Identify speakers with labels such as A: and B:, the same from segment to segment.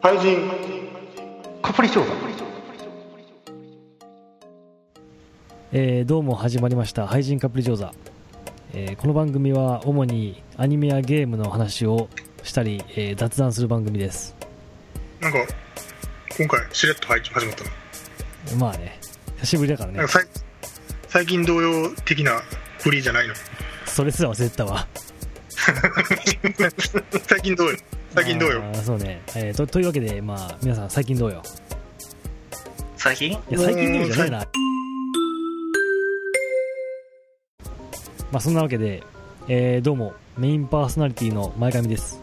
A: 俳人カプリチョーザ
B: えーどうも始まりました「俳人カプリジョーザ」えーこの番組は主にアニメやゲームの話をしたり、えー雑談する番組です
A: なんか今回しれっと配置始まったな
B: まあね久しぶりだから
A: な
B: ね
A: んかさい最近同様的なフリーじゃないの
B: それすら忘れてたわ
A: 最近どうよ最近どうよ
B: あーそうね、えーとというわけでまあ皆さん最近どうよ
C: 最近
B: いや最近どうよじゃないなまあそんなわけで、えーどうもメインパーソナリティの前髪です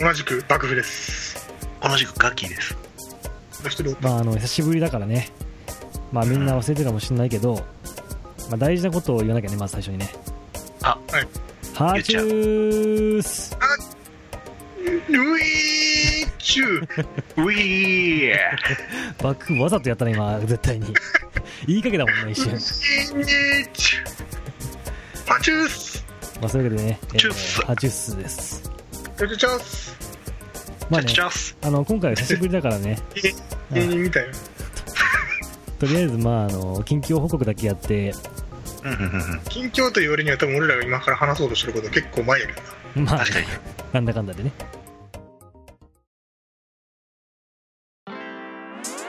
A: 同じく幕府です
C: 同じくガッキーです。
A: そしてロッ
B: まあ、あの久しぶりだからね、まあ、みんな忘れてるかもしれないけど、まあ、大事なことを言わなきゃね、まず最初にね。
C: あ
A: はい
B: ハー
C: 言っ
B: チ
C: ちゃう
B: ュース
A: ルイーチュー
C: ウィー
B: バックわざとやったね、今、絶対に。 言いかけたもんね、一瞬。
A: ルイーチューパチュース
B: まあ、そういうわけでね、えー
C: チュース
B: ハーチュースです。
A: パチュチャス
B: まあ
C: チャ
B: ね
C: チ、ャス
B: あの今回は久しぶりだからね、
A: 芸人みたいな
B: とりあえず、まあ、あの近況報告だけやって、
C: うんうんうんうん
A: 近況という割には多分俺らが今から話そうとしてること結構前やけどな
B: まあ、
C: 確かに。
B: なんだかんだでね。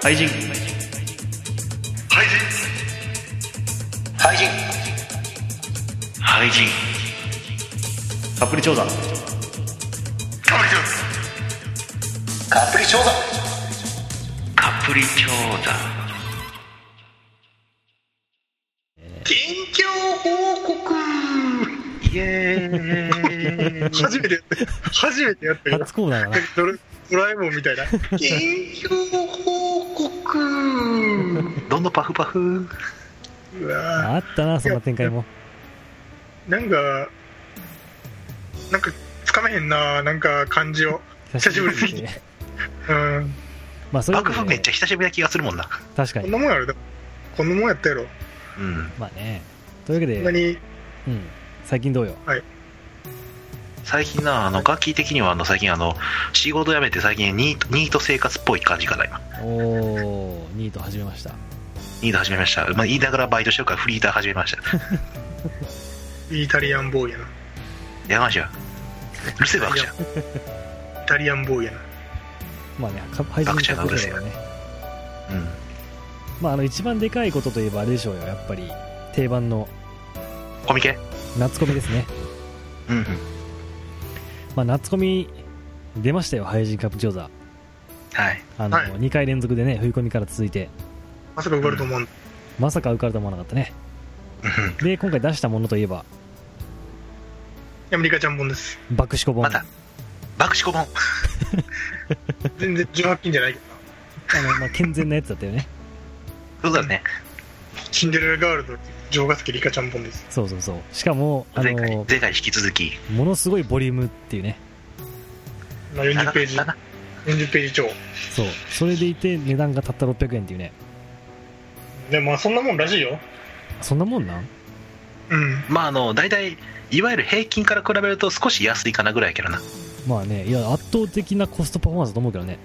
C: 愛人。愛人。愛人。愛人。カプリ調査。
A: カプリチョー
C: カプリ調査。カプリ調査。
A: 近況報告
C: イエーイ。
A: 初めてやった初めてやったけど
B: 初コーナーだな。
A: ドラドラえもんみたいな近況報告
C: どんどんパフパフ。
A: うわ
B: あったな、そんな展開も。
A: ーなんかなんかつかめへんななんか感じを久しぶりすぎて
B: 久しぶりすぎて。
A: うん
B: まあ、そういうわ
C: 幕
B: け
C: 府めっ
B: で、
C: ちゃ久しぶりな気がするもんな。
B: 確か
A: こんな
B: に。
A: もんやろでもこんなもんやったやろ
C: うん。
B: まあね。というわけ
A: こん
B: で
A: な、に
B: うん、最近どうよ
C: 最近な、あの、ガッキー的には、あの、最近、あの、仕事辞めて最近ニート、ニート生活っぽい感じかな、今。
B: おおニート始めました
C: ニート始めました。まあ、言いながらバイトしてるからフリーター始めました。
A: イタリアンボーイやな
C: やましいわ。うるせえバクちゃん。
A: イタリアンボーイやな
B: まあねか配信
C: バクチャーがうるせえ
B: だね
C: うん。
B: まああの一番でかいことといえばあれでしょうよやっぱり定番の
C: コミケ
B: 夏コミですね
C: うんうん。
B: まあ夏コミ出ましたよ廃人カップ調査
C: はい。
B: あの、
A: はい
B: 2回連続でね冬コミから続いて
A: まさか受かると思うんだ
B: まさか受かると思わなかったね
C: うん
B: で今回出したものといえば
A: アメリカちゃん本です
B: バクシコ本
C: また、爆死コ本。
A: 全然18金じゃないけど
B: あの、まあ、健全なやつだったよね
C: そうだね。
A: シンデレラガールと城ヶ崎リカちゃん本です
B: そうそうそうしかもあ
C: 前回、
B: の
C: 前回引き続き。
B: ものすごいボリュームっていうね
A: まあ40ペ
C: 長か
A: ー
C: っ
A: ジ
C: たな。
A: 40ページ超
B: そうそれでいて値段がたった600円っていうね
A: でもまあそんなもんらしいよ
B: そんなもんなん
A: うん
C: まあ、あの、大体、いわゆる平均から比べると少し安いかなぐらいやけどな。
B: まあねいや圧倒的なコストパフォーマンスだと思うけどね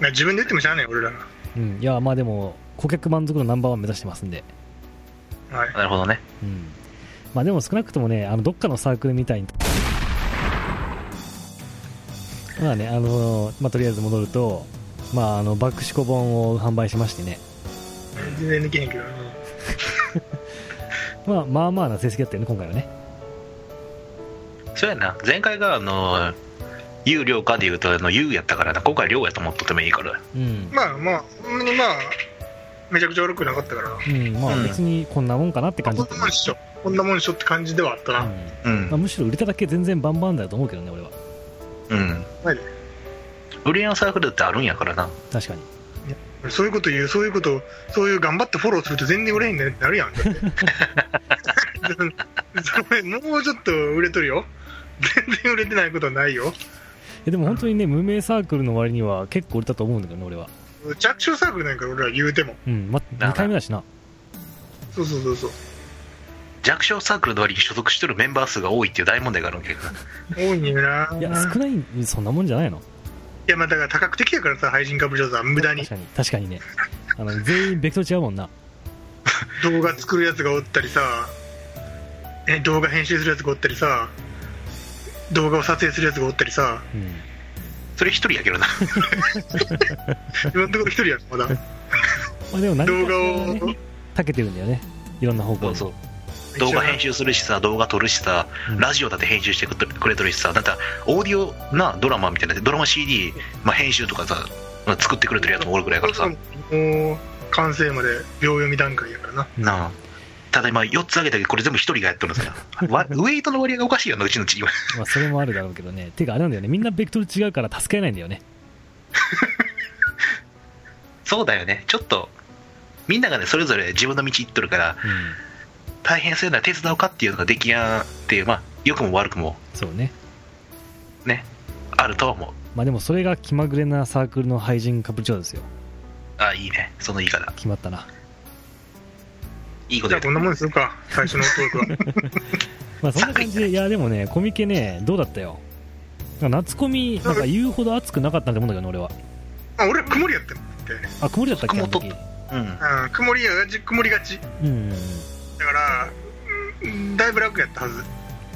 A: まあ自分で言ってもしゃあない俺らが
B: うん、いやまあでも顧客満足のナンバーワン目指してますんで、
A: はい
C: なるほどね。
B: うんまあ、でも少なくともねあのどっかのサークルみたいにまあねあの、まあ、とりあえず戻ると、まあ、あのバックシコ本を販売しましてね、
A: 全然できへんけど、
B: まあ、まあまあな成績だったよね今回はね
C: そうやな。前回が、あの、有料かで言うと、あの、有やったからな。今回量やと思っとってもいいから。
B: うん、
A: まあまあほんまにまあめちゃくちゃ悪くなかったから
B: うん、まあ
C: うん
B: 別にこんなもんかなって感じだっ
A: こ
B: た
A: んなもんっしょこんなもんっしょって感じではあったな、
B: うん
C: う
B: まあ、
C: ん。
B: むしろ売れただけ全然バンバンだと思うけどね俺は
C: うん
A: はい。
C: 売れんサークルってあるんやからな。
B: 確かに
A: そういうこと言うそういうことそういう頑張ってフォローすると全然売れへんねってなるや んだってそれもうちょっと売れとるよ全然売れてないことはないよ
B: えでも本当にね無名サークルの割には結構売れたと思うんだけどね俺は、
A: 弱小サークルなんやから俺ら言うても
B: うんま、
C: なあ
B: 2回目だしな
A: そうそうそうそう
C: 弱小サークルの割に所属してるメンバー数が多いっていう大問題があるわけだから
A: 多いんやない
B: や少ないそんなもんじゃないの
A: いやまあだから多角的やからさ配信株上さ無駄に
B: 確かに確かにねあの全員ベクトル違うもんな
A: 動画作るやつがおったりさえ動画編集するやつがおったりさ動画を撮影するやつがおったりさ
B: うん
C: それ一人やけどな
A: 今のところ一人やろまだ
B: まあでも
A: 動
B: 何かしら
A: 画
B: は
A: を
B: ね長けてるんだよねいろんな方向
C: そう
B: に
C: そう 動画編集するしさ動画撮るしさ
B: うん
C: ラジオだって編集してくれてるしさだってオーディオなドラマみたいなドラマ CD、まあ、編集とかさまあ作ってくれてるやつもおるぐらいやからさ
A: もう完成まで秒読み段階やからな
C: なあただ今4つ挙げたけどこれ全部1人がやっとるんですよわウェイトの割合がおかしいよなうちのチーム
B: まあそれもあるだろうけどねてかあれなんだよねみんなベクトル違うから助けないんだよね
C: そうだよねちょっとみんながねそれぞれ自分の道行っとるから
B: うん
C: 大変そうやなら手伝おうかっていうのができやんっていうまあ良くも悪くも
B: そうね
C: ねあるとは思う
B: まあでもそれが気まぐれなサークルの廃人カプリチョですよ
C: あいいねその言い方
B: 決まったない
C: いこ
A: じゃ
C: とや
A: あ
C: った
A: こんなもんにするか最初のトー クは
B: まあそんな感じでいやでもねコミケねどうだったよなんか夏コミなんか言うほど暑くなかったと思うんだけどね俺は
A: あ俺曇りやったもんって
B: あ曇りだったっけあの時
C: うん
A: うん曇りやがち曇りがち
B: うんうんうん
A: だからうんだいぶ楽やったはずう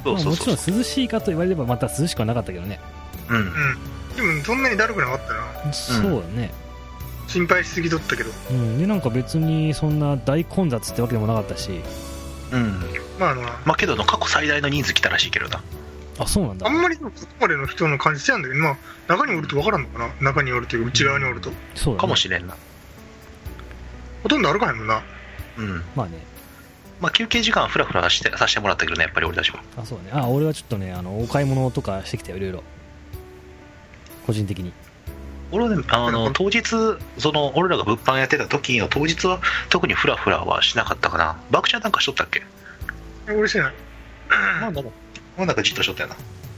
C: そう
B: まあ
C: そう
B: もち
C: そ
B: ろ
C: うん
B: 涼しいかと言われればまた涼しくはなかったけどね
C: うん
A: んでもそんなにだるくなかったな
B: そうだね
A: 心配しすぎとったけど
B: うんでなんか別にそんな大混雑ってわけでもなかったし
C: うん
A: まあな
C: まあけどあの過去最大の人数来たらしいけどな
B: あそうなんだ
A: あんまりそこまでの人の感じしてやんだけど、まあ、中におると分からんのかな中におるという内側におると、
B: そうだね
C: かもしれんな
A: ほとんど歩かへんもんな
C: うん
B: まあね
C: まあ休憩時間はフラフラしてさせてもらったけどねやっぱり俺たちも
B: あそうだねあ俺はちょっとねあのお買い物とかしてきたよいろいろ個人的に
C: 俺はねあの当日その俺らが物販やってた時の当日は特にフラフラはしなかったかなバクちゃんなんかしとったっけ
A: 俺してない
C: まあなんかまあなんかじっとしとったよな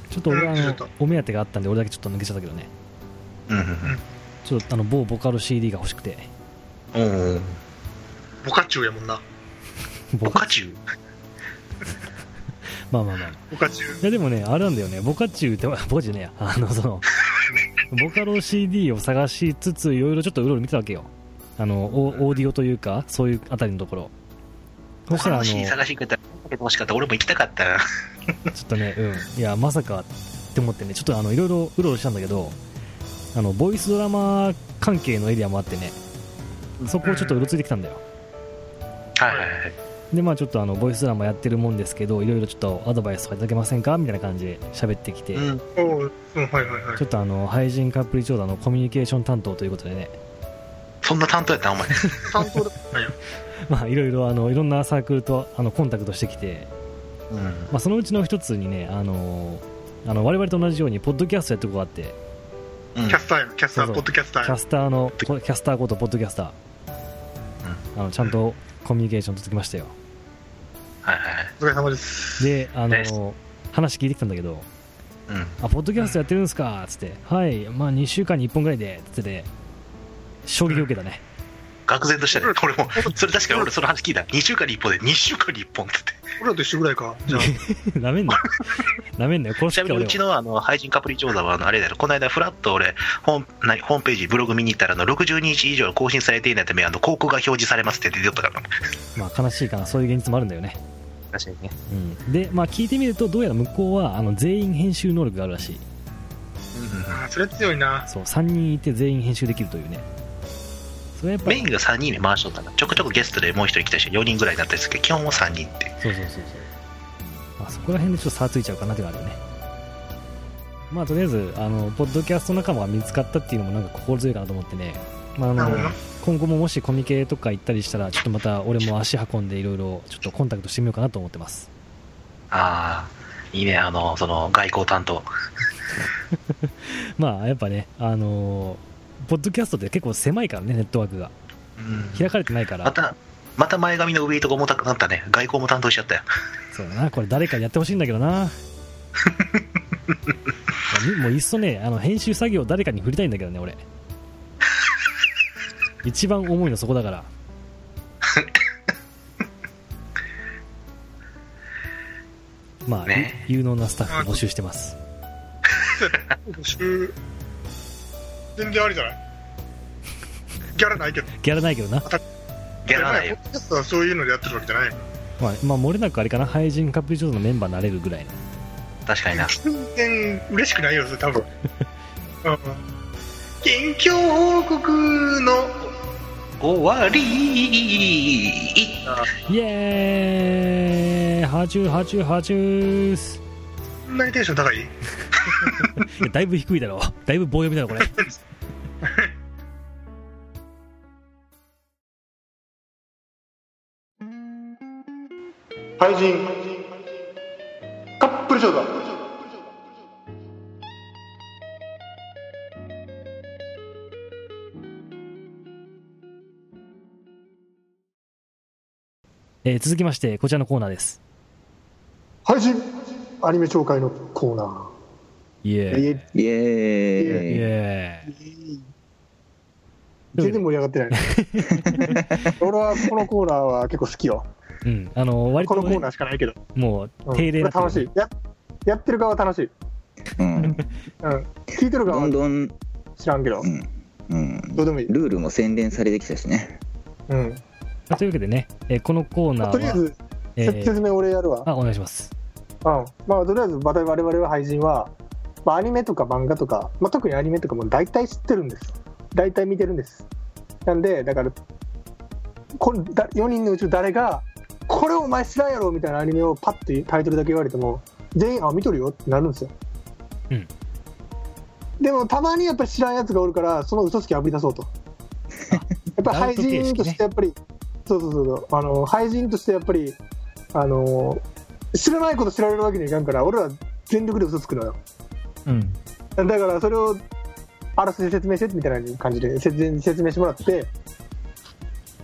B: ちょっと俺はあ
A: うんちょ
B: の
A: っと
B: お目当てがあったんで俺だけちょっと抜けちゃったけどね
C: うん
B: ちょっとあの某ボカロ CD が欲しくて
C: うんうんうん
A: ボカチュウやもんな
C: ボカチュウ
B: まあまあまあ
A: ボカチュウ
B: いやでもねあれなんだよねボカチュウって あボカチュウねあの そのボカロ CD を探しつついろいろちょっとうろうろ見てたわけよあのオーオーディオというかそういうあたりのところそしたらあの
C: 他の
B: ち
C: シーン
B: ょ
C: 探してくれたら欲しかった俺も行きたかったな
B: っとねうんいやまさかって思ってねちょっとあのいろいろうろうろしたんだけどあのボイスドラマ関係のエリアもあってねそこをちょっとうろついてきたんだよ
C: はいはいはい
B: でまあちょっとあのボイスドラマやってるもんですけどいろいろちょっとアドバイスとかいただけませんかみたいな感じで喋ってきて、
C: うん
A: おううんはいはいはい
B: ちょっとあの廃人カップリチョーダのコミュニケーション担当ということでね
C: そんな担当やったんお前
A: 担当だったんや
B: まあいろいろあのいろんなサークルとあのコンタクトしてきて、
C: うん
B: まあ、そのうちの一つにねあのあの我々と同じようにポッドキャストやってるとこがあって
C: うん
A: キャスターやキャスター
B: そ
A: ポ
B: うそう
A: ッドキャスター
B: キャ
A: や
B: スターのポキャスターことポッドキャスター、あのちゃんとコミュニケーション取ってきましたよ
C: はいはいはい
A: お疲れ様です
B: であ
C: です
B: の話聞いてきたんだけど
C: うん
B: 「あポッドキャストやってるんですか」つって「はいまあ2週間に1本ぐらいで」つってて衝撃を受けたね
C: 愕然としたね俺もそれ確かに俺その話聞いた2週間に1本で2週間に1本って言って
A: 俺らと一緒ぐらいかじゃあ
B: なめんなよなめんなよ殺し
C: ちな
B: てきた俺
C: みにう
B: を
C: ちのあの配信カプリ調査はあのあれだよこの間フラッと俺ホーム何ホームページブログ見に行ったらあの60日以上更新されていないためあの広告が表示されますって出てったから
B: まあ悲しいかなそういう現実もあるんだよね
C: 確かにね
B: うん、で、まあ、聞いてみるとどうやら向こうはあの全員編集能力があるらしい
A: あーそれ強いな
B: そう3人いて全員編集できるというねそれはやっぱ
C: メインが3人で回しとったなちょくちょくゲストでもう1人来たし4人ぐらいになったりするけど基本は3人って
B: そうそうそうそう、まあ、そこら辺でちょっと差ついちゃうかなっていうのがあるよねまあとりあえずあのポッドキャスト仲間が見つかったっていうのもなんか心強いかなと思ってね、まあ、あ
A: な
B: の
A: るほどな
B: 今後ももしコミケとか行ったりしたらちょっとまた俺も足運んでいろいろちょっとコンタクトしてみようかなと思ってます
C: ああいいねあのその外交担当
B: まあやっぱねあのポッドキャストって結構狭いからねネットワークが
C: うん
B: 開かれてないから
C: またまた前髪の上とか重たくなったね外交も担当しちゃったよ
B: そうだなこれ誰かやってほしいんだけどな いやもういっそねあの編集作業誰かに振りたいんだけどね俺 一番重いのそこだからまあ、
C: ね
B: 有能なスタッフ募集してます
A: 募集全然ありじゃないギャラないけど
B: ギャラないけどな、
C: ギャラないよ。
A: ポッドキャストはそういうのでやってるわけじゃない
B: まあ、まあ漏れなくあれかな廃人カプリチョーザのメンバーになれるぐらいの
C: 確かにな。
A: 全然嬉しくないよそれ多分うん近況報告の
C: 終わり
B: イエーイハチューハチューハチュース
A: そんなにテンション高い
B: いやだいぶ低いだろだいぶ棒読みだろこれ
A: 廃人カップル賞だ
B: えー続きましてこちらのコーナーです
A: 廃人アニメ紹介のコーナ
B: イエーイ
D: イ
B: イ
D: エーイ
B: エーイ
A: ー
B: と
A: 全
B: いう
A: 然盛り上がってないね俺はこのコーナーは結構好きよ
B: わけでうんあの割
A: ことのコー
B: ね
A: ナーしかないけど、
B: もう
A: うん
B: 定例だった
A: 楽しいややってる側は楽しい、
D: うん
A: うん、聞いてる側
D: どん
A: は
D: どん、
A: 知らんけど
D: うんうん、
A: どうでもいい、
D: ルールも洗練されてきたしね
A: うん、
B: というわけでね、えーこのコーナーは
A: とりあえず
B: えー
A: 説明俺やるわ、
B: あお願いします
A: うんまあ、とりあえずまた我々は配信は、まあ、アニメとか漫画とか、まあ、特にアニメとかも大体知ってるんです大体見てるんですなんでだからこれだ4人のうち誰が「これお前知らんやろ」みたいなアニメをパッてタイトルだけ言われても全員「あ見とるよ」ってなるんですよ、
B: うん
A: でもたまにやっぱり知らんやつがおるからその嘘つきあぶり出そうとやっぱり
B: アウ
A: 廃
B: ト形式ね
A: 人としてやっぱり、そうそうそうそうあの廃人としてやっぱりあの知らないこと知られるわけにはいかんから俺ら全力で嘘つくのよ
B: うん
A: だからそれをあらすじ説明してみたいな感じで説明説明してもらって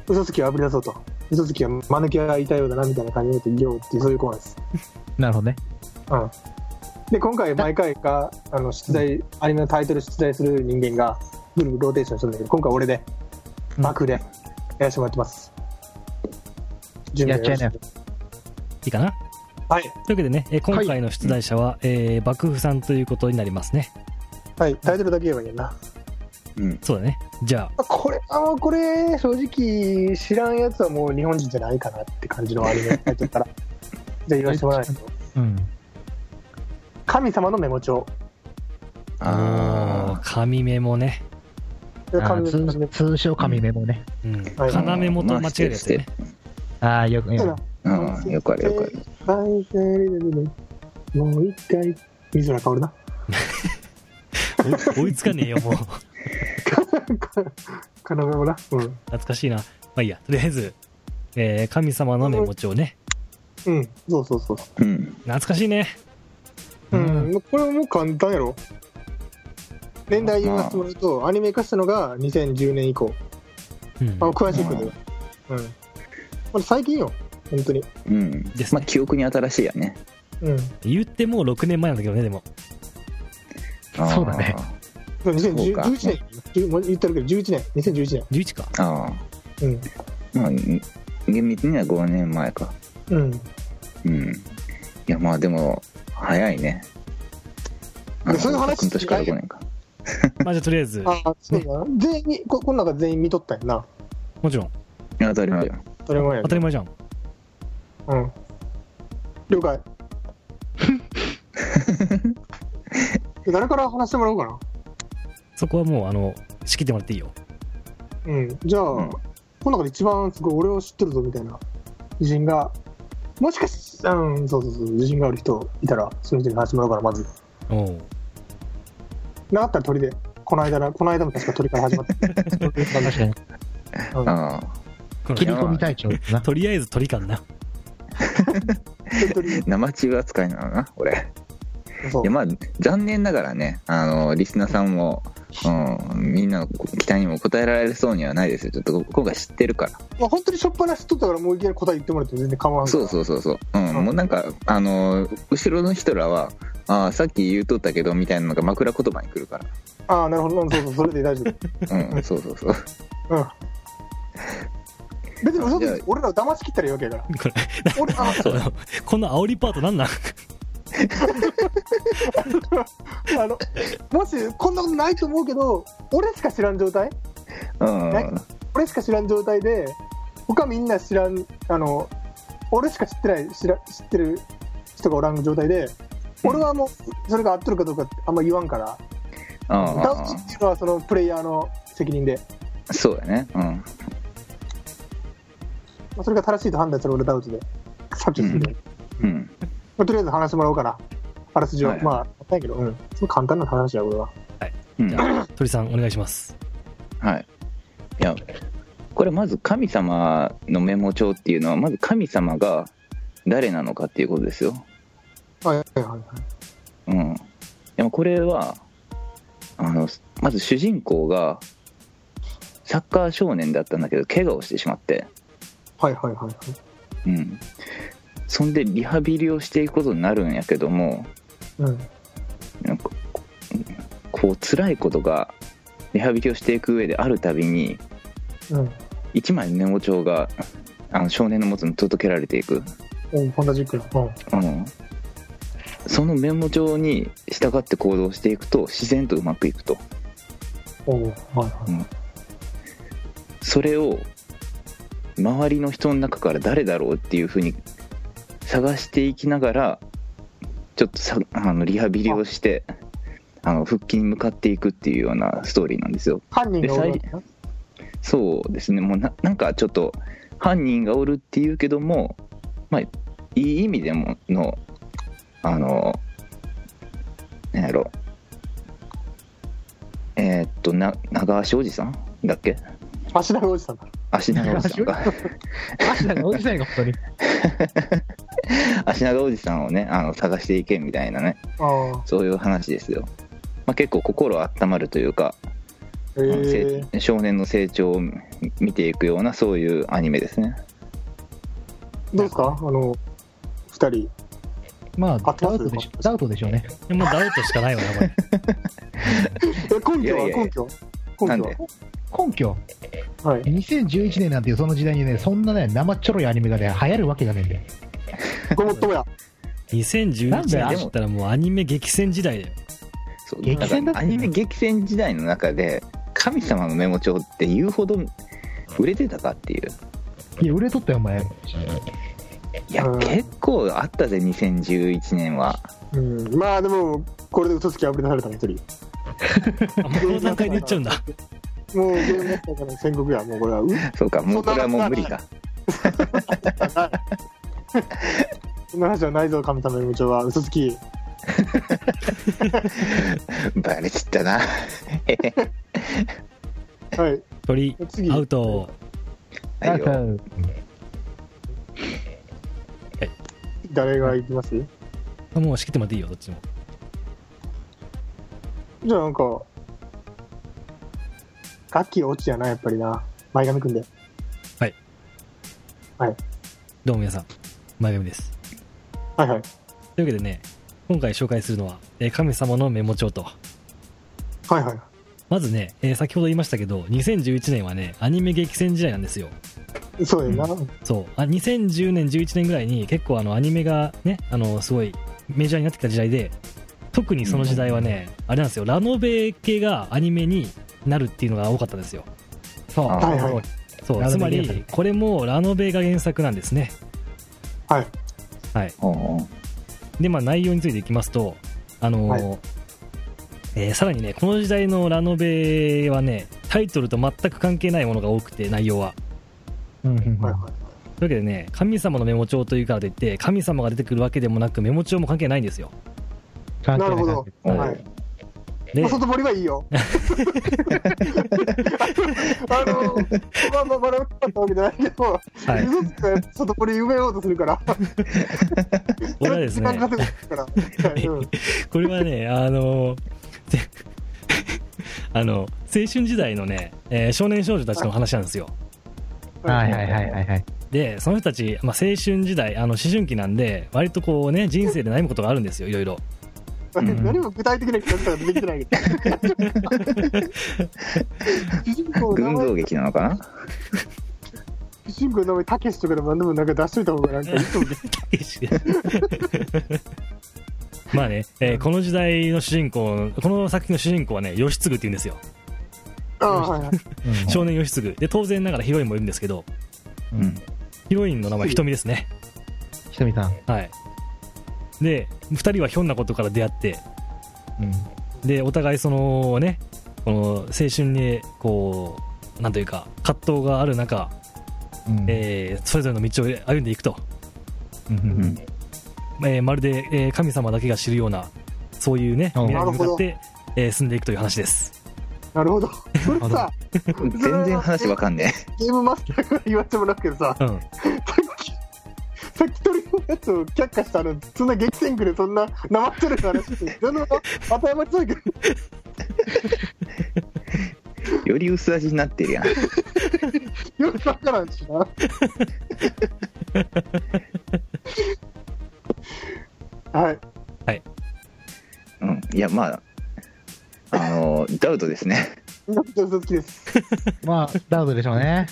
A: 嘘つきをあぶり出そうと嘘つきは間抜けがいたようだなみたいな感じで言おうっていうそういうコーナーです
B: なるほどね
A: で今回毎回があの出題アニメのタイトル出題する人間がぐるぐるローテーションするんだけど今回俺で
E: うん
A: 幕でやらせてもらってます準
E: やっちゃいなよ
A: よろし
B: いいかな
A: くはい、
B: というわけでね、えー今回の出題者は、えー幕府さんということになりますね
A: はい、タイトルだけ言えばいいやな
D: うん
B: そうだねじゃあ
A: あこれあのこれ正直知らんやつはもう日本人じゃないかなって感じのアニメタイトルからじゃあ言わせてもらえないと
E: うん。
A: 神様のメモ帳
D: あ
B: おー神メモね、
E: あ
A: 神様のメモ
E: ー通通称紙メモね。
B: うん、
A: はい
B: 金メモと間違えるやつね、
E: ああ、よく、
A: 帳
E: よ
A: だ
E: く
D: あうんよくあるよくある
A: はいそれでねもう一回水野薫な
B: 追い追いつかねえよもう
A: 神のメモなうん
B: 懐かしいなまあいいやとりあえず、えー神様のメモ帳ね
A: うんそうそうそう
D: うん
B: 懐かしいね
A: うん、これもう簡単やろ年代言わせてもらうと、アニメ化したのが2010年以降
B: うん
A: あ詳しいことようん、これ最近よ本当に
D: うん
B: ですね
D: まあ記憶に新しいやね
A: うん
B: 言ってもう6年前なんだけどねでも
D: あー
E: そうだね
D: そうか
A: 2011年もう言ってるけど11年2011
B: 11か
D: あ
A: 年
D: あまあに厳密には5年前か
A: うんうん
D: うんいやまあでも早いねあの
A: そういう話
D: 僕の年から5年か
B: まあじゃあとりあえず
A: あそうだな全員ここの中全員見とったんやな
B: もちろん
D: 当たり前だよ
A: 当たり前や
B: 当たり前じゃん
A: うん了解誰から話してもらおうかな
B: そこはもうあの仕切ってもらっていいよ
A: うんじゃあ、
D: うん
A: この中で一番すごい俺を知ってるぞみたいな自信がもしかしうんそうそうそう自信がある人いたらその人に話してもらおうかなまず
B: おう
A: なかったら鳥でこの間なこの間も確か鳥から始まった
E: 確かに。
D: あ
B: この
E: 切り 込み隊長ってな。
B: とりあえず鳥感な
A: 鳥
D: あ生中扱いなのな俺
A: そう
D: いやまあ残念ながらねあのリスナーさんも、うん、みんなの期待にも応えられそうにはないですよちょっと今回知ってるから
A: まあ、本当にしょっぱな知っとったからもういきなり答え言ってもらっても全然構わんから
D: そうそうそうそう、うん
A: うん
D: もうなんかあの後ろの人らはあーさっき言うとったけどみたいなのが枕言葉に来るか
A: ああなるほどうんそうそうそれで大丈夫
D: ら うんそうそうそう
A: 別に嘘
D: じゃ
A: で
D: あ
A: 俺らを騙し切ったらいいわけやから
B: これ
A: 俺あ
B: この煽りパートなんなん
A: あのもしこんなことないと思うけど俺しか知らん状態
D: うん
A: ね俺しか知らん状態で他みんな知らんあの俺しか知ってない知ら知ってる人がおらん状態で俺はもうそれが合っとるかどうかってあんま言わんから
D: うん
A: ダウンっていうのはそのプレイヤーの責任で、
D: そうだねうん
A: まあ、それが正しいと判断したら俺ダウトでさっき言ってたけど
D: うん
A: まあとりあえず話してもらおうかなあらすじを、
D: はい
A: まあないけど、うん、すごい簡単な話だこれは
D: うん
B: じゃあ鳥さんお願いします
D: はい。いや、これまず神様のメモ帳っていうのは、まず神様が誰なのかっていうことですよ。
A: はいはいはい
D: うん。でもこれは、あの、まず主人公が、サッカー少年だったんだけど、怪我をしてしまって、
A: はいはいはいはい
D: うん。そんでリハビリをしていくことになるんやけども、
A: うん
D: なんかここう、辛いことが、リハビリをしていく上であるたびに、
A: うん
D: 一枚のメモ帳があの少年のもとに届けられていく、
A: うんファンタジックなうん
D: うん、そのメモ帳に従って行動していくと自然とうまくいくと
A: おうはいはい
D: それを周りの人の中から誰だろうっていうふうに探していきながらちょっとさあのリハビリをしてあの復帰に向かっていくっていうようなストーリーなんですよ
A: 犯人がおるわけな
D: そうですねもうななんかちょっと犯人がおるっていうけどもまあいい意味でものあのなんやろえーっとな長足おじさんだっけ
A: 足長おじさんだ
D: 足長おじさんか
E: 確かに、おじさんが本当に。
D: 足長おじさんをねあの探していけみたいなね
A: ああ
D: そういう話ですよ、まあ、結構心温まるというか、
A: へ
D: あ
A: え
D: のせ少年の成長を見ていくようなそういうアニメですね
A: どうですかあの二人
E: まあ、
A: あ
E: ダウトでしょ。ダウトでしょうね。
B: いやもうダウトしかないわなこれ
A: え根拠はい
D: やいやいや
A: 根拠根
D: なん
A: 拠
D: で
E: 根拠、
A: ははい
E: 2011年なんていうその時代にね、そんなね、生っちょろいアニメがね、流行るわけがねえんだよ。
A: ごもっともや
B: 2011
E: なん
B: 年
E: で
B: だったらもうアニメ激戦時代だよ
D: そう
E: 激
D: だか
E: 戦だ
D: ら
E: った
D: ア
E: ね
D: ニメ激戦時代の中で神様のメモ帳って言うほど売れてたかっていう
E: いや、売れとったよ、お前。
D: いや
A: うん
D: 結構あったぜ2011年は
A: うんまあでもこれで嘘つき破り出されたね一人
B: あもうこの段階で言っちゃうんだ
A: もうゲームマスターからの宣告やもうこれはう
D: そうかも
A: そ
D: うこ
A: んな
D: れ
A: 話
D: はもう無理か
A: そんな話はないぞ神様の部長は嘘つき
D: バレちったな
A: はい
B: 鳥
A: 次
B: アウト
D: はいよ
E: ウ
A: 誰が行きます
B: もう仕切ってもらっていいよどっちも
A: じゃあなんかガッキー落ちやなやっぱりな前髪くんで
B: どうも皆さん前髪です
A: はいはい
B: というわけでね今回紹介するのは「えー神様のメモ帳」と
A: はいはい
B: まずね、えー先ほど言いましたけど2011年はねアニメ激戦時代なんですよ
A: そうやな、
B: そうあ2010年11年ぐらいに結構あのアニメがねあのすごいメジャーになってきた時代で特にその時代はね、あれなんですよラノベ系がアニメになるっていうのが多かったんですよそう
D: あ
A: はいはい
B: そう
E: ラ
B: つ
E: ノ
B: ま
E: ベ原作
B: りこれもラノベが原作なんですね
A: はい
B: はい
D: おうおう
B: でまあ内容についていきますとあのー
A: はい
B: えーさらにねこの時代のラノベはねタイトルと全く関係ないものが多くて内容は
E: うんうん
A: はいは
B: というわけでね神様のメモ帳というからといって神様が出てくるわけでもなくメモ帳も関係ないんですよ
E: 関係い
A: なるほど
D: おう
A: はいい、
B: で
A: まあ、外堀はいいよあのまあまあ笑ったわけじゃないけど、
B: はい
A: 嘘つきは外堀埋めようとするから
B: 俺はです
A: それ時間
B: ね
A: 稼ぐから、はいうん
B: これはねあのぜ あの青春時代のね、えー少年少女たちの話なんですよ
E: はいはいはいはいはい。
B: でその人たち、まあ、青春時代あの思春期なんで割とこうね人生で悩むことがあるんですよいろいろ
E: うん
A: 何も具体的な企画とか出てきてないけ ど主人公の名
D: 群
A: 前
D: 像劇なのかな
A: 主人公の名前たけしとかでも何でもなんか出しといた方がなんかいいと思うけど
B: たけしまあね、えーこの時代の主人公この作品の主人公はね義継っていうんですよ
A: ああはいはい
E: うん
B: 少年義継で当然ながらヒロインもいるんですけど
E: うん
B: ヒロインの名前瞳ですね
E: ひとみさん、
B: はいで2人はひょんなことから出会って
E: うん
B: でお互いそのねこの青春にこうなんというか葛藤がある中、
E: うん
B: えーそれぞれの道を歩んでいくと、
E: うんうんうん
B: えーまるで、えー神様だけが知るようなそういうね
E: あ
B: 未来に
A: な
B: 向
A: る
B: か
A: ほ
B: っ
A: ど
B: て、えー進んでいくという話です
A: なるほどそれ
E: ほど
A: さ
D: 全然話わかんね
A: ゲームマスターから言わせてもらうけどさ
B: うん
A: さっきさっき鳥のやつを却下したあのそんな激戦区でそんななまってる話って全然当たり前じゃないけど
D: え。より薄味になってるやん。
A: よくわからんし なはい
D: うん、いや、まあ、あの、ダウトですね。
A: みんな嘘好きです
E: まあダウトでしょうね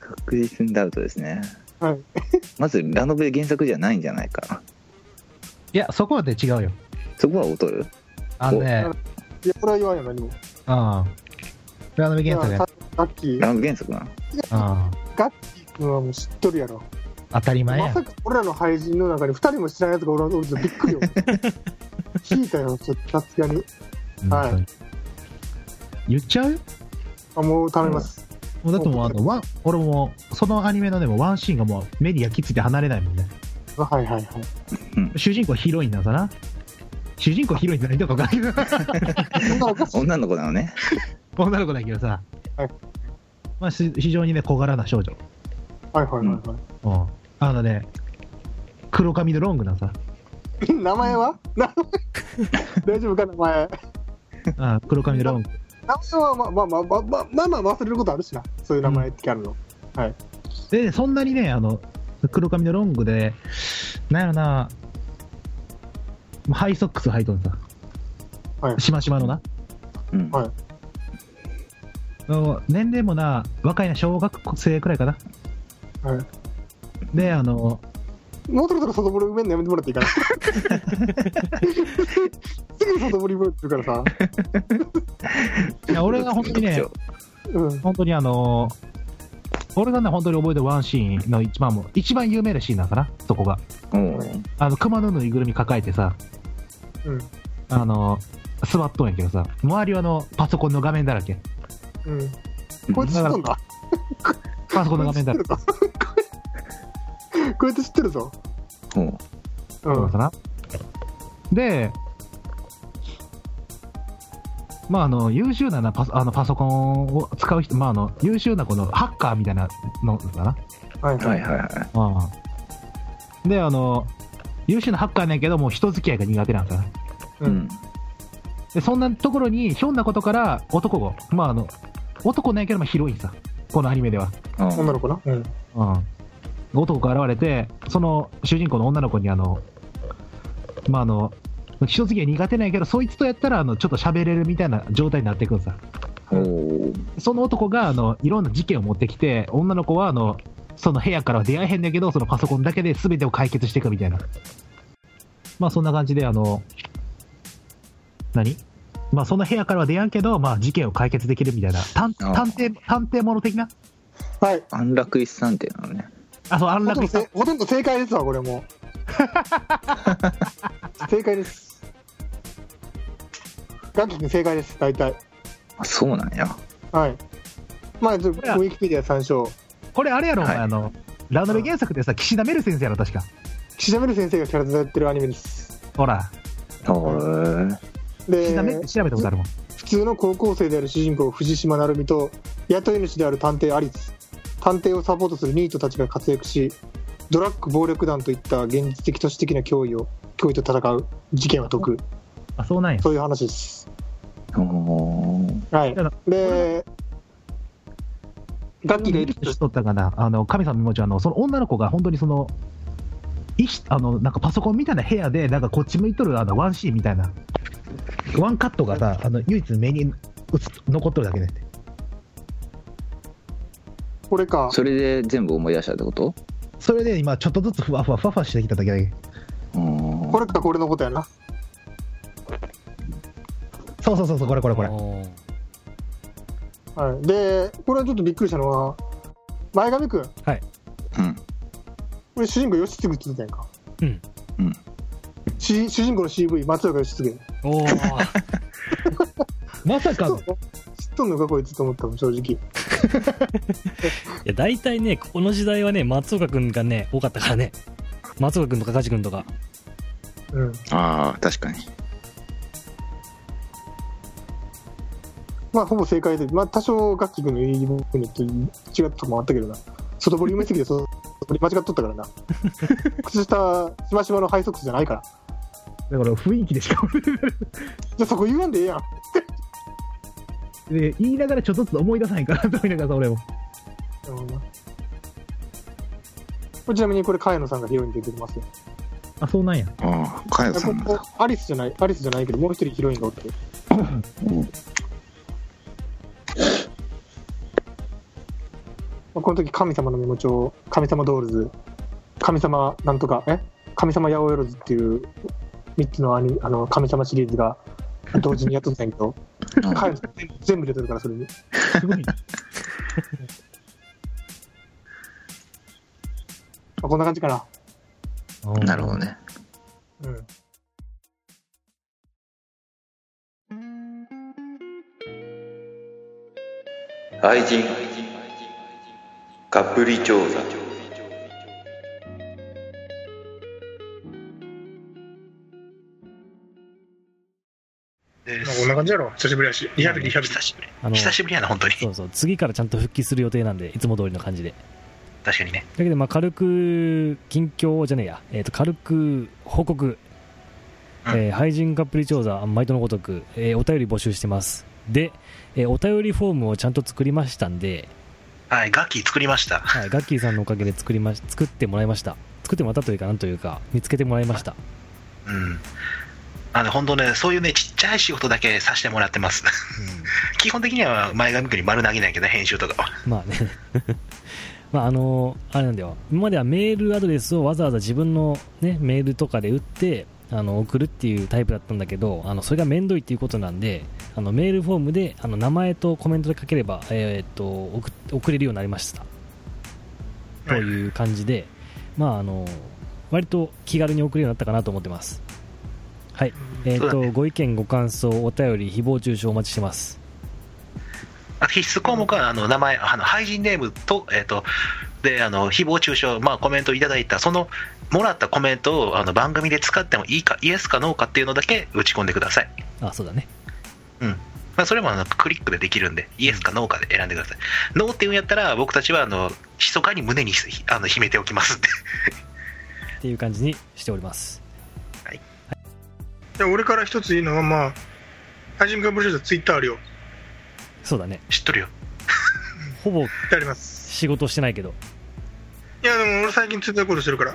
D: 確実にダウトですね。
A: はい
D: まず、ラノベ原作じゃないんじゃないか
E: いやそこまで違うよ
D: な。そこは劣る
E: あのね
A: いやこれは言わんよ何も
E: ああラノベ原作
A: い
E: や
A: やさガッキー
D: ラノベ原作なの
E: ああ
A: ガッキー君はもう知っとるやろ
E: 当たり前
A: ま
E: や
A: さか俺らの配信の中に2人も知らないやつがおらんおるとびっくりよ引いたよちょっとさすがにはい
E: 本当に言っちゃう
A: あもう頼みます、
E: もうだってもうあのワン俺もそのアニメのでもワンシーンがもう目に焼き付いて離れないもんね
A: はいはいはい
E: 主人公ヒロインなのかな主人公ヒロインじゃないとか分かんない
A: そ
E: けど
A: んなおかしい
D: 女の子なのね。
E: 女の子だけどさ
A: はい、
E: まあ、し非常にね小柄な少女、
A: はいはいはいは
E: うん、あのね黒髪のロングな さ
A: い名前は名前大丈夫か名前
E: あ黒髪のロン
A: 名
E: グ
A: 前はまあまあまあまあまあまあまあ忘れることあるしなそういう名前ってあるの、
E: でそんなにねあの黒髪のロングでなんやろなもうハイソックス履いとんさ、
A: はい
E: しましまのな
D: うん。
A: はい
E: の年齢もな若いな小学生くらいかな
A: はい
E: であの
A: もうそろそろ外堀埋めるのやめてもら っていいかなすぐ外堀埋めるって言うからさ、
E: いや俺が本当 にね
D: 特徴
A: うん、
E: 本当にあの俺がね本当に覚えてるワンシーンの一番もう一番有名なシーンなのかなそこが
D: うん。
E: あの熊のぬいぐるみ抱えてさ、
A: うん
E: あの座っとんやけどさ周りはあのパソコンの画面だらけ
A: うん、こいつ知っとんだ
E: パソコン
A: こ
E: の画
A: いつ知
E: 面
A: って
E: だら
A: る
E: け
A: ぞこいつ知ってるぞ
D: うん
A: う
E: そうんだなでまああの優秀ななパソあのパソコンを使う人、まあ、あの優秀なこのハッカーみたいなのかな
A: はい
D: はいはいは。
E: うんであの優秀なハッカーなんやけどもう人付き合いが苦手なんだない
D: うん。
E: でそんなところにひょんなことから男をまああの男なんやけどもヒロインさこのアニメでは、
D: うん
A: 女の子な、うん、
E: うん、男が現れてその主人公の女の子にあのまああの人付き合い苦手なんやけどそいつとやったらあのちょっと喋れるみたいな状態になっていくんさ
D: おお。
E: その男があのいろんな事件を持ってきて女の子はあのその部屋からは出会えへんだけどそのパソコンだけで全てを解決していくみたいなまあそんな感じであの何まあその部屋からは出会うけど、まあ、事件を解決できるみたいな探
D: あー
E: 探偵探偵もの的な
A: はい
D: 安楽一探偵なのね。
E: あそう安
A: ほとんど
E: 楽椅子
A: せほとんど正解ですわこれ もう正解ですガキ君正解です大体
D: あ、そうなんや。
A: はいまあちょウ
E: これは
A: ィキペディア参照
E: これあれやろ、お前
D: はい
E: あのラノベ原作でさ岸田メル先生やろ確か
A: 岸田メル先生がキャラでやってるアニメです
E: ほら
D: おえ。
E: 岸
A: で
E: 田メル調べたことあるもん
A: 普通の高校生である主人公藤島成美と雇い主である探偵アリス探偵をサポートするニートたちが活躍しドラッグ暴力団といった現実的都市的な脅威を脅威と戦う事件は解く
E: あそうなんや
A: そういう話です
D: おお。
A: はい
E: だか
A: でガッキーがいる
E: 知っとったかな、あの神様もちろんあの、その女の子が本当にその、いしあのなんかパソコンみたいな部屋で、なんかこっち向いとるあのワンシーンみたいな、ワンカットがさ、あの唯一目に映っ残っとるだけで、
A: これか
D: それで全部思い出したってこと
E: それで今、ちょっとずつふわふわふわふわしてきただけだけ
D: おお。
A: これかこれのことやな。
E: そうそうそうそうこれこれこれ
B: おー
A: はい、で、これはちょっとびっくりしたのは、前髪くん、
D: うん
A: 俺主人公吉次って言ってたやんか。
B: うん。
D: うん
A: し主人公の CV、松岡義次。
B: おー
E: まさか
A: そ
E: の
A: う知っとんのか、こいつと思ったもん、正直。
B: いや大体ねこの時代はね松岡君がね多かったからね松岡君とか梶君とか
A: うん。
D: ああ確かに
A: まあ、ほぼ正解で、まあ、多少、楽器君の言い分にと違ったとこもあったけどな。外堀埋めすぎて、外堀間違っとったからな。靴下、しましまのハイソックスじゃないから。
E: だから雰囲気でしか
A: じゃあそこ言わんでええやん。
E: で言いながら ちょっとずつ思い出さないからと思いながらさ俺も
A: なるほどなこれちなみにこれ、茅野さんがヒロインで出てますよ。
E: あそうなんや
D: ああかよさんなん
A: こ
D: だ
A: こアリスじゃない、アリスじゃないけど、もう一人ヒロインがおって。まあこの時神様のメモ帳、神様ドールズ、神様なんとか、え神様八百万っていう3つのアニあの神様シリーズが同時にやっとったんやけど、
D: うん
A: カエルさん全部全部出てるから、それに。
E: すごい
A: まあ、こんな感じかな。
D: なるほどね
A: うん。
F: 愛人かぶり調査
C: で
A: まあこんな感じやろ、久しぶりやし。200、200。
C: 久しぶり
B: あの
C: 久しぶりやな本当に
B: そうそう次からちゃんと復帰する予定なんでいつも通りの感じで
C: 確かにね
B: だけどまあ軽く近況じゃねえや、えー、と軽く報告、
C: うん
B: えー、廃人カップリ調査毎度のごとく、えーお便り募集してますで、えーお便りフォームをちゃんと作りましたんで、
C: はい楽器作りました
B: はい、ガッキーさんのおかげで作りまし作ってもらいました作ってもらったというかなんというか見つけてもらいました
C: うんあの本当ねそういうねちっちゃい仕事だけさせてもらってます 基本的には前髪くんに丸投げないけど編集とかは
B: まあね まああのあれなんだよ今まではメールアドレスをわざわざ自分の、ね、メールとかで打ってあの送るっていうタイプだったんだけどあのそれが面倒いっていうことなんであのメールフォームであの名前とコメントで書ければ、えーっと送送れるようになりましたという感じで、まああの割と気軽に送るようになったかなと思ってますはいえーっ
C: そう
B: と、
C: だね
B: ご意見ご感想お便り誹謗中傷お待ちしてます
C: あと必須項目はあの名前あの配信ネームと,、えっとであの誹謗中傷、まあ、コメントいただいたそのもらったコメントをあの番組で使ってもいいかイエスかノーかっていうのだけ打ち込んでください、
B: あそうだね
C: まあ、それもあのクリックでできるんでイエスかノーかで選んでくださいノーっていうんやったら僕たちはあの密かに胸にひあの秘めておきますんで
B: っていう感じにしております
A: で俺から一ついいのは、まあ、ハイジンカブリショーツイッターあるよ。
B: そうだね
C: 知っとるよ
B: ほぼ
A: であります。
B: 仕事してないけど
A: いや、でも俺最近ツイッターことしてるから、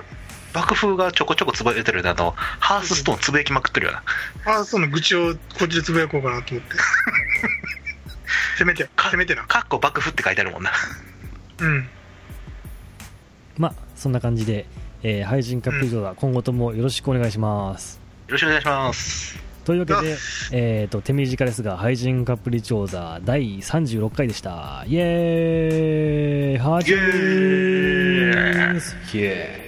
C: 爆風がちょこちょこつぶやいてるんであのハースストーンつぶやきまくってるよな
A: あーその愚痴をこっちでつぶやこうかなと思って。せめて、せめてな。
C: かっこ爆風って書いてあるもんな
A: うん。
B: まあそんな感じで、えー、配信カップ以上だ、今後ともよろしくお願いします
C: よろしくお願いします
B: というわけで、えー、と手短ですが配信カップリ調査第36回でしたイエーイハージンスイエーイ